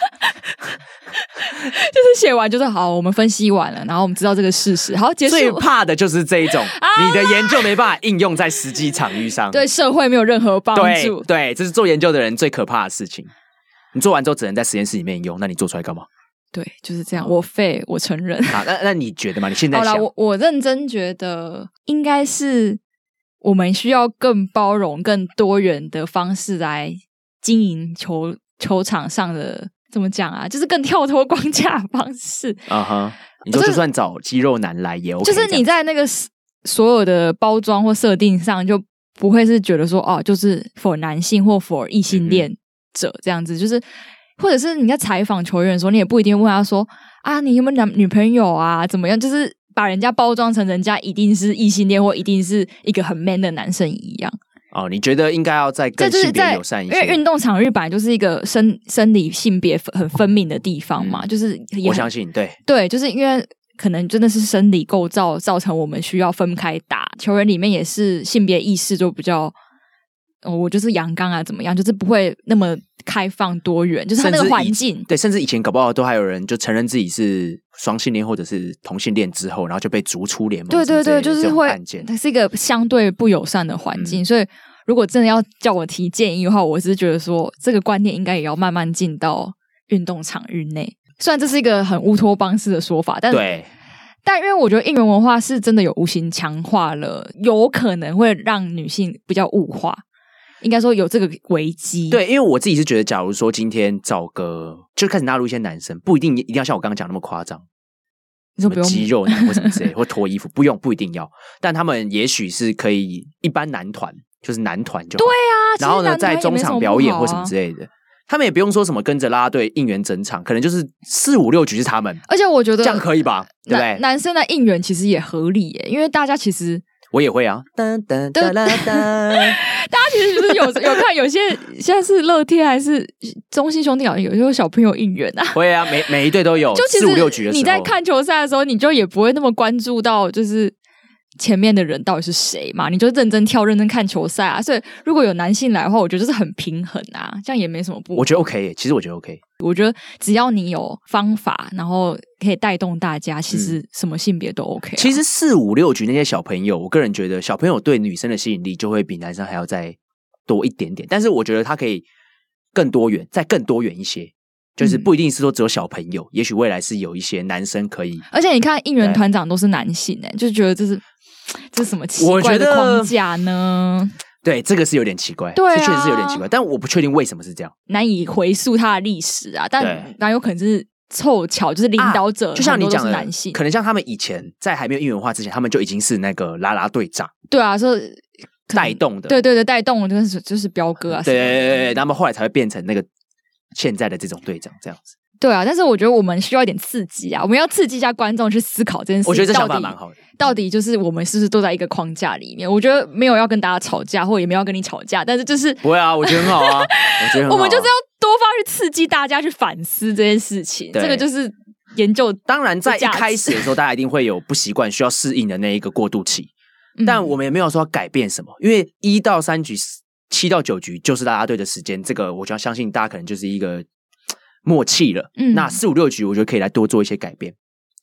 就是写完就是好，我们分析完了，然后我们知道这个事实，好结束。
最怕的就是这一 种，你的研究没办法应用在实际场域上，
啊对社会没有任何帮
对
助，
对，这是做研究的人最可怕的事情。你做完之后只能在实验室里面用，那你做出来干嘛？
对，就是这样。我废，我承认。
啊，那那你觉得嘛？你现在
好啦，
想，
我我认真觉得应该是我们需要更包容、更多元的方式来经营球球场上的怎么讲啊？就是更跳脱 框架的方式，
啊哈，你说
就是
就算找肌肉男来也 OK，
就是
这
你
样
在那个 s- 所有的包装或设定上就不会是觉得说哦，就是 for 男性或 for 异性恋者这样子，就是或者是你在采访球员的时候，你也不一定问他说啊，你有没有男女朋友啊，怎么样，就是把人家包装成人家一定是异性恋或一定是一个很 man 的男生一样。
哦，你觉得应该要再
这
更
就是
性别
在
友善一
因
些？
为运动场域本来就是一个生生理性别分很分明的地方嘛，
嗯
就是也
我
很
相信，对，
对，就是因为可能真的是生理构造造成我们需要分开打。球员里面也是性别意识就比较，哦、我就是阳刚啊，怎么样，就是不会那么开放多元，就是他那
甚至
个
以
环境。
对，甚至以前搞不好都还有人就承认自己是双性恋或者是同性恋之后，然后就被逐出联盟什
对
么之类
对
的。
对，就是
这种
会
案件，，嗯
它是一个相对不友善的环境，所以如果真的要叫我提建议的话，我是觉得说这个观念应该也要慢慢进到运动场域内。虽然这是一个很乌托邦式的说法，但
对，
但因为我觉得应援文化是真的有无形强化了，有可能会让女性比较物化，应该说有这个危机。
对，因为我自己是觉得，假如说今天找个就开始纳入一些男生，不一定一定要像我刚刚讲那么夸张，
你
什
说
么
不用
肌肉男或什么之类，或脱衣服，不用不一定要，但他们也许是可以一般男团，就是男团就对啊，
啊，
然后呢，在中场表演或什么之
类。
类的。他们也不用说什么跟着啦啦队应援整场，可能就是四五六局是他们，
而且我觉得
这样可以吧？对不
男
对？
男生的应援其实也合理耶，因为大家其实
我也会啊，噔噔
对
噔噔噔，
大家其实就是有 有看有些现在是乐天还是中信兄弟好像有时候小朋友应援啊，
会啊，每每一队都有，
就其
四五六局
实
的时候，
你在看球赛的时候，你就也不会那么关注到就是前面的人到底是谁嘛，你就认真跳、认真看球赛啊。所以如果有男性来的话，我觉得就是很平衡啊，这样也没什么不。
我觉得 OK，耶其实我觉得 OK，
只要你有方法，然后可以带动大家，其实什么性别都 OK 啊、
嗯其实四五六局那些小朋友，我个人觉得小朋友对女生的吸引力就会比男生还要再多一点点，但是我觉得他可以更多元，再更多元一些，就是
嗯
不一定是说只有小朋友，也许未来是有一些男生可以。
而且你看应援
对
团长都是男性哎、就觉得这是这是什么奇
我
怪
觉
的
得
框架呢？
对，这个是有点奇怪，
对啊
是确实是有点奇怪，但我不确定为什么是这样。
难以回溯它的历史啊，但
对啊
哪有可能是凑巧，就是领导者、
就像你讲的，
男性，啊
可能像他们以前在还没有英文化之前，他们就已经是那个啦啦队长
对啊，说
带动的，
对对对，带动就是就是彪哥啊，
对对对对对，他们后来才会变成那个现在的这种队长这样子。
对啊，但是我觉得我们需要一点刺激啊，我们要刺激一下观众去思考这件事情。
我觉得这
到
想
底
法蛮好的。
到底就是我们是不是都在一个框架里面？我觉得没有要跟大家吵架，或也没有要跟你吵架，但是就是
不会啊，我觉得很 好啊，我觉得很好啊
我们就是要多方去刺激大家去反思这件事情。
对
这个就是研究，
当然，在一
价值
开始的时候，大家一定会有不习惯、需要适应的那一个过渡期，
嗯
但我们也没有说要改变什么，因为一到三局、七到九局就是啦啦队的时间，这个我就要相信大家可能就是一个嘖默契了。
嗯
那四五六局，我觉得可以来多做一些改变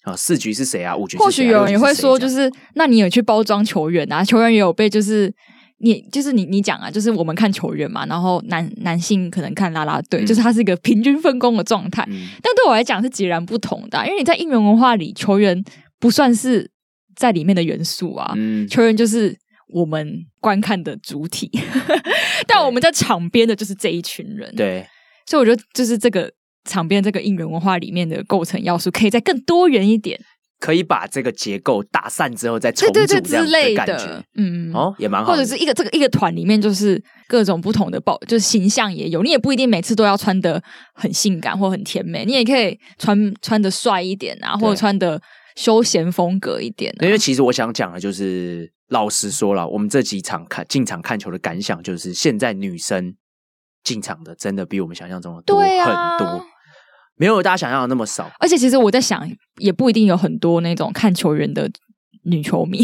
啊。四局是谁啊？五局是谁啊
或许有人也会说，就
六局谁
是那你有去包装球员啊？球员也有被就是。你就是你，你讲啊，就是我们看球员嘛，然后男男性可能看啦啦队，
嗯
就是它是一个平均分工的状态
这。样嗯
但对我来讲是截然不同的啊、因为你在应援文化里，球员不算是在里面的元素啊，
嗯嗯，
球员就是我们观看的主体， 但我们在场边的就是这一群人。，
对，
所以我觉得就是这个场边这个应援文化里面的构成要素，可以再更多元一点，
可以把这个结构打散之后再重
对
组
对
这
对
样子
之类
感
的
觉，
嗯。
哦，也蛮好
或
的，
者是一个这个一个团里面，就是各种不同的包，就是形象也有。你也不一定每次都要穿的很性感或很甜美，你也可以穿穿的帅一点啊，或者穿的休闲风格一点、啊。
因为其实我想讲的就是，老实说了，我们这几场看进场看球的感想，就是现在女生进场的真的比我们想象中的多
对
很
啊
多，没有大家想象的那么 少。
而且其实我在想，也不一定有很多那种看球员的女球迷，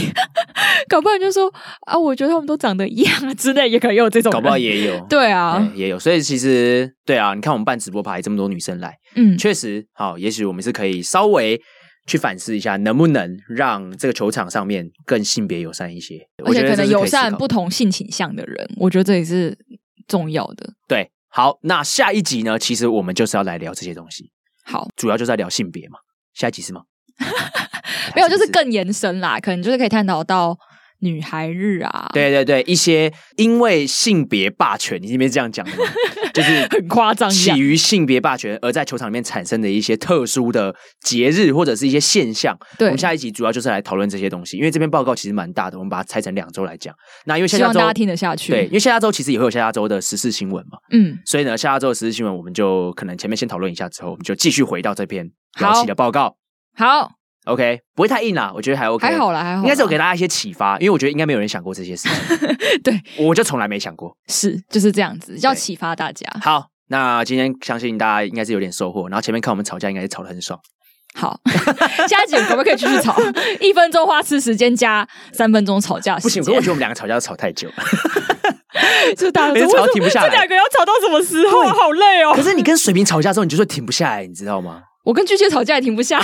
搞不好就说啊，我觉得他们都长得一样啊之类，也可能也有这种人，。
搞不好也有哎
对啊，
对也有，所以其实对啊，你看我们办直播牌这么多女生来，
嗯，
确实好，也许我们是可以稍微去反思一下，能不能让这个球场上面更性别友善一些。
而
我觉
且
得
可
这
能
是以
友
思
善
考
不同性倾向的人，我觉得这也是重要的。
对。好，那下一集呢？其实我们就是要来聊这些东西，
好，
主要就是在聊性别嘛。下一集是吗？
没有，就是
不
更延伸啦，可能就是可以探讨到女孩日啊，，
对对对，一些因为性别霸权，你那边这样讲的吗？就是
很夸张一
起
样，
于性别霸权而在球场里面产生的一些特殊的节日或者是一些现象。我
对
们，下一集主要就是来讨论这些东西，因为这篇报告其实蛮大的，我们把它拆成两周来讲。那因为下
希
下
望
周
大家听得下去。
对，因，为下下周其实也会有下下周的时事新闻嘛，
嗯，
所以呢，下下周的时事新闻我们就可能前面先讨论一下，之后我们就继续回到这篇
好
聊起的报告。
好，
OK，不会太硬啦，我觉得还 OK，
还好啦，还好啦，。
应该是有给大家一些启发，因为我觉得应该没有人想过这些事情
对，
我就从来没想过。
是就是这样子，要
对
启发大家。
好，那今天相信大家应该是有点收获，然后前面看我们吵架，应该是吵得很爽。
好， 下一集我们可不可以继 续吵？一分钟花痴时间加三分钟吵架
不
时
行，
间，
可是我觉得我们两个吵架都吵太久了。
就大家
每次
说
吵都
为什么
停不下来
这两个要吵到什么时候啊？好累哦
可！是你跟水瓶吵架之后，你就说停不下来，你知道吗？
我跟巨蟹吵架也停 不下，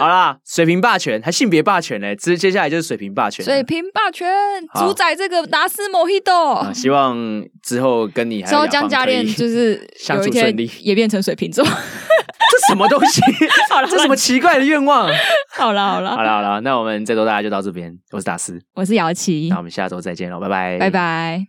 好啦，水瓶霸权还性别霸权呢，接接下来就是水瓶霸权了。啊
水瓶霸权
好
主宰这个达斯莫希
啊，
豆。
希望之后跟你还
之
有
后
雅芳
江嘉
可以
练就是
相
有
处
一天
顺利
也变成水瓶座。
这什么东 西？
好了，
这什么奇怪的愿望？啊
好了好
好
了，
啦好啦，那我们这周大家就到这边，我是达斯，
我是姚琪
那我，们下周再见喽，拜拜，
拜。拜。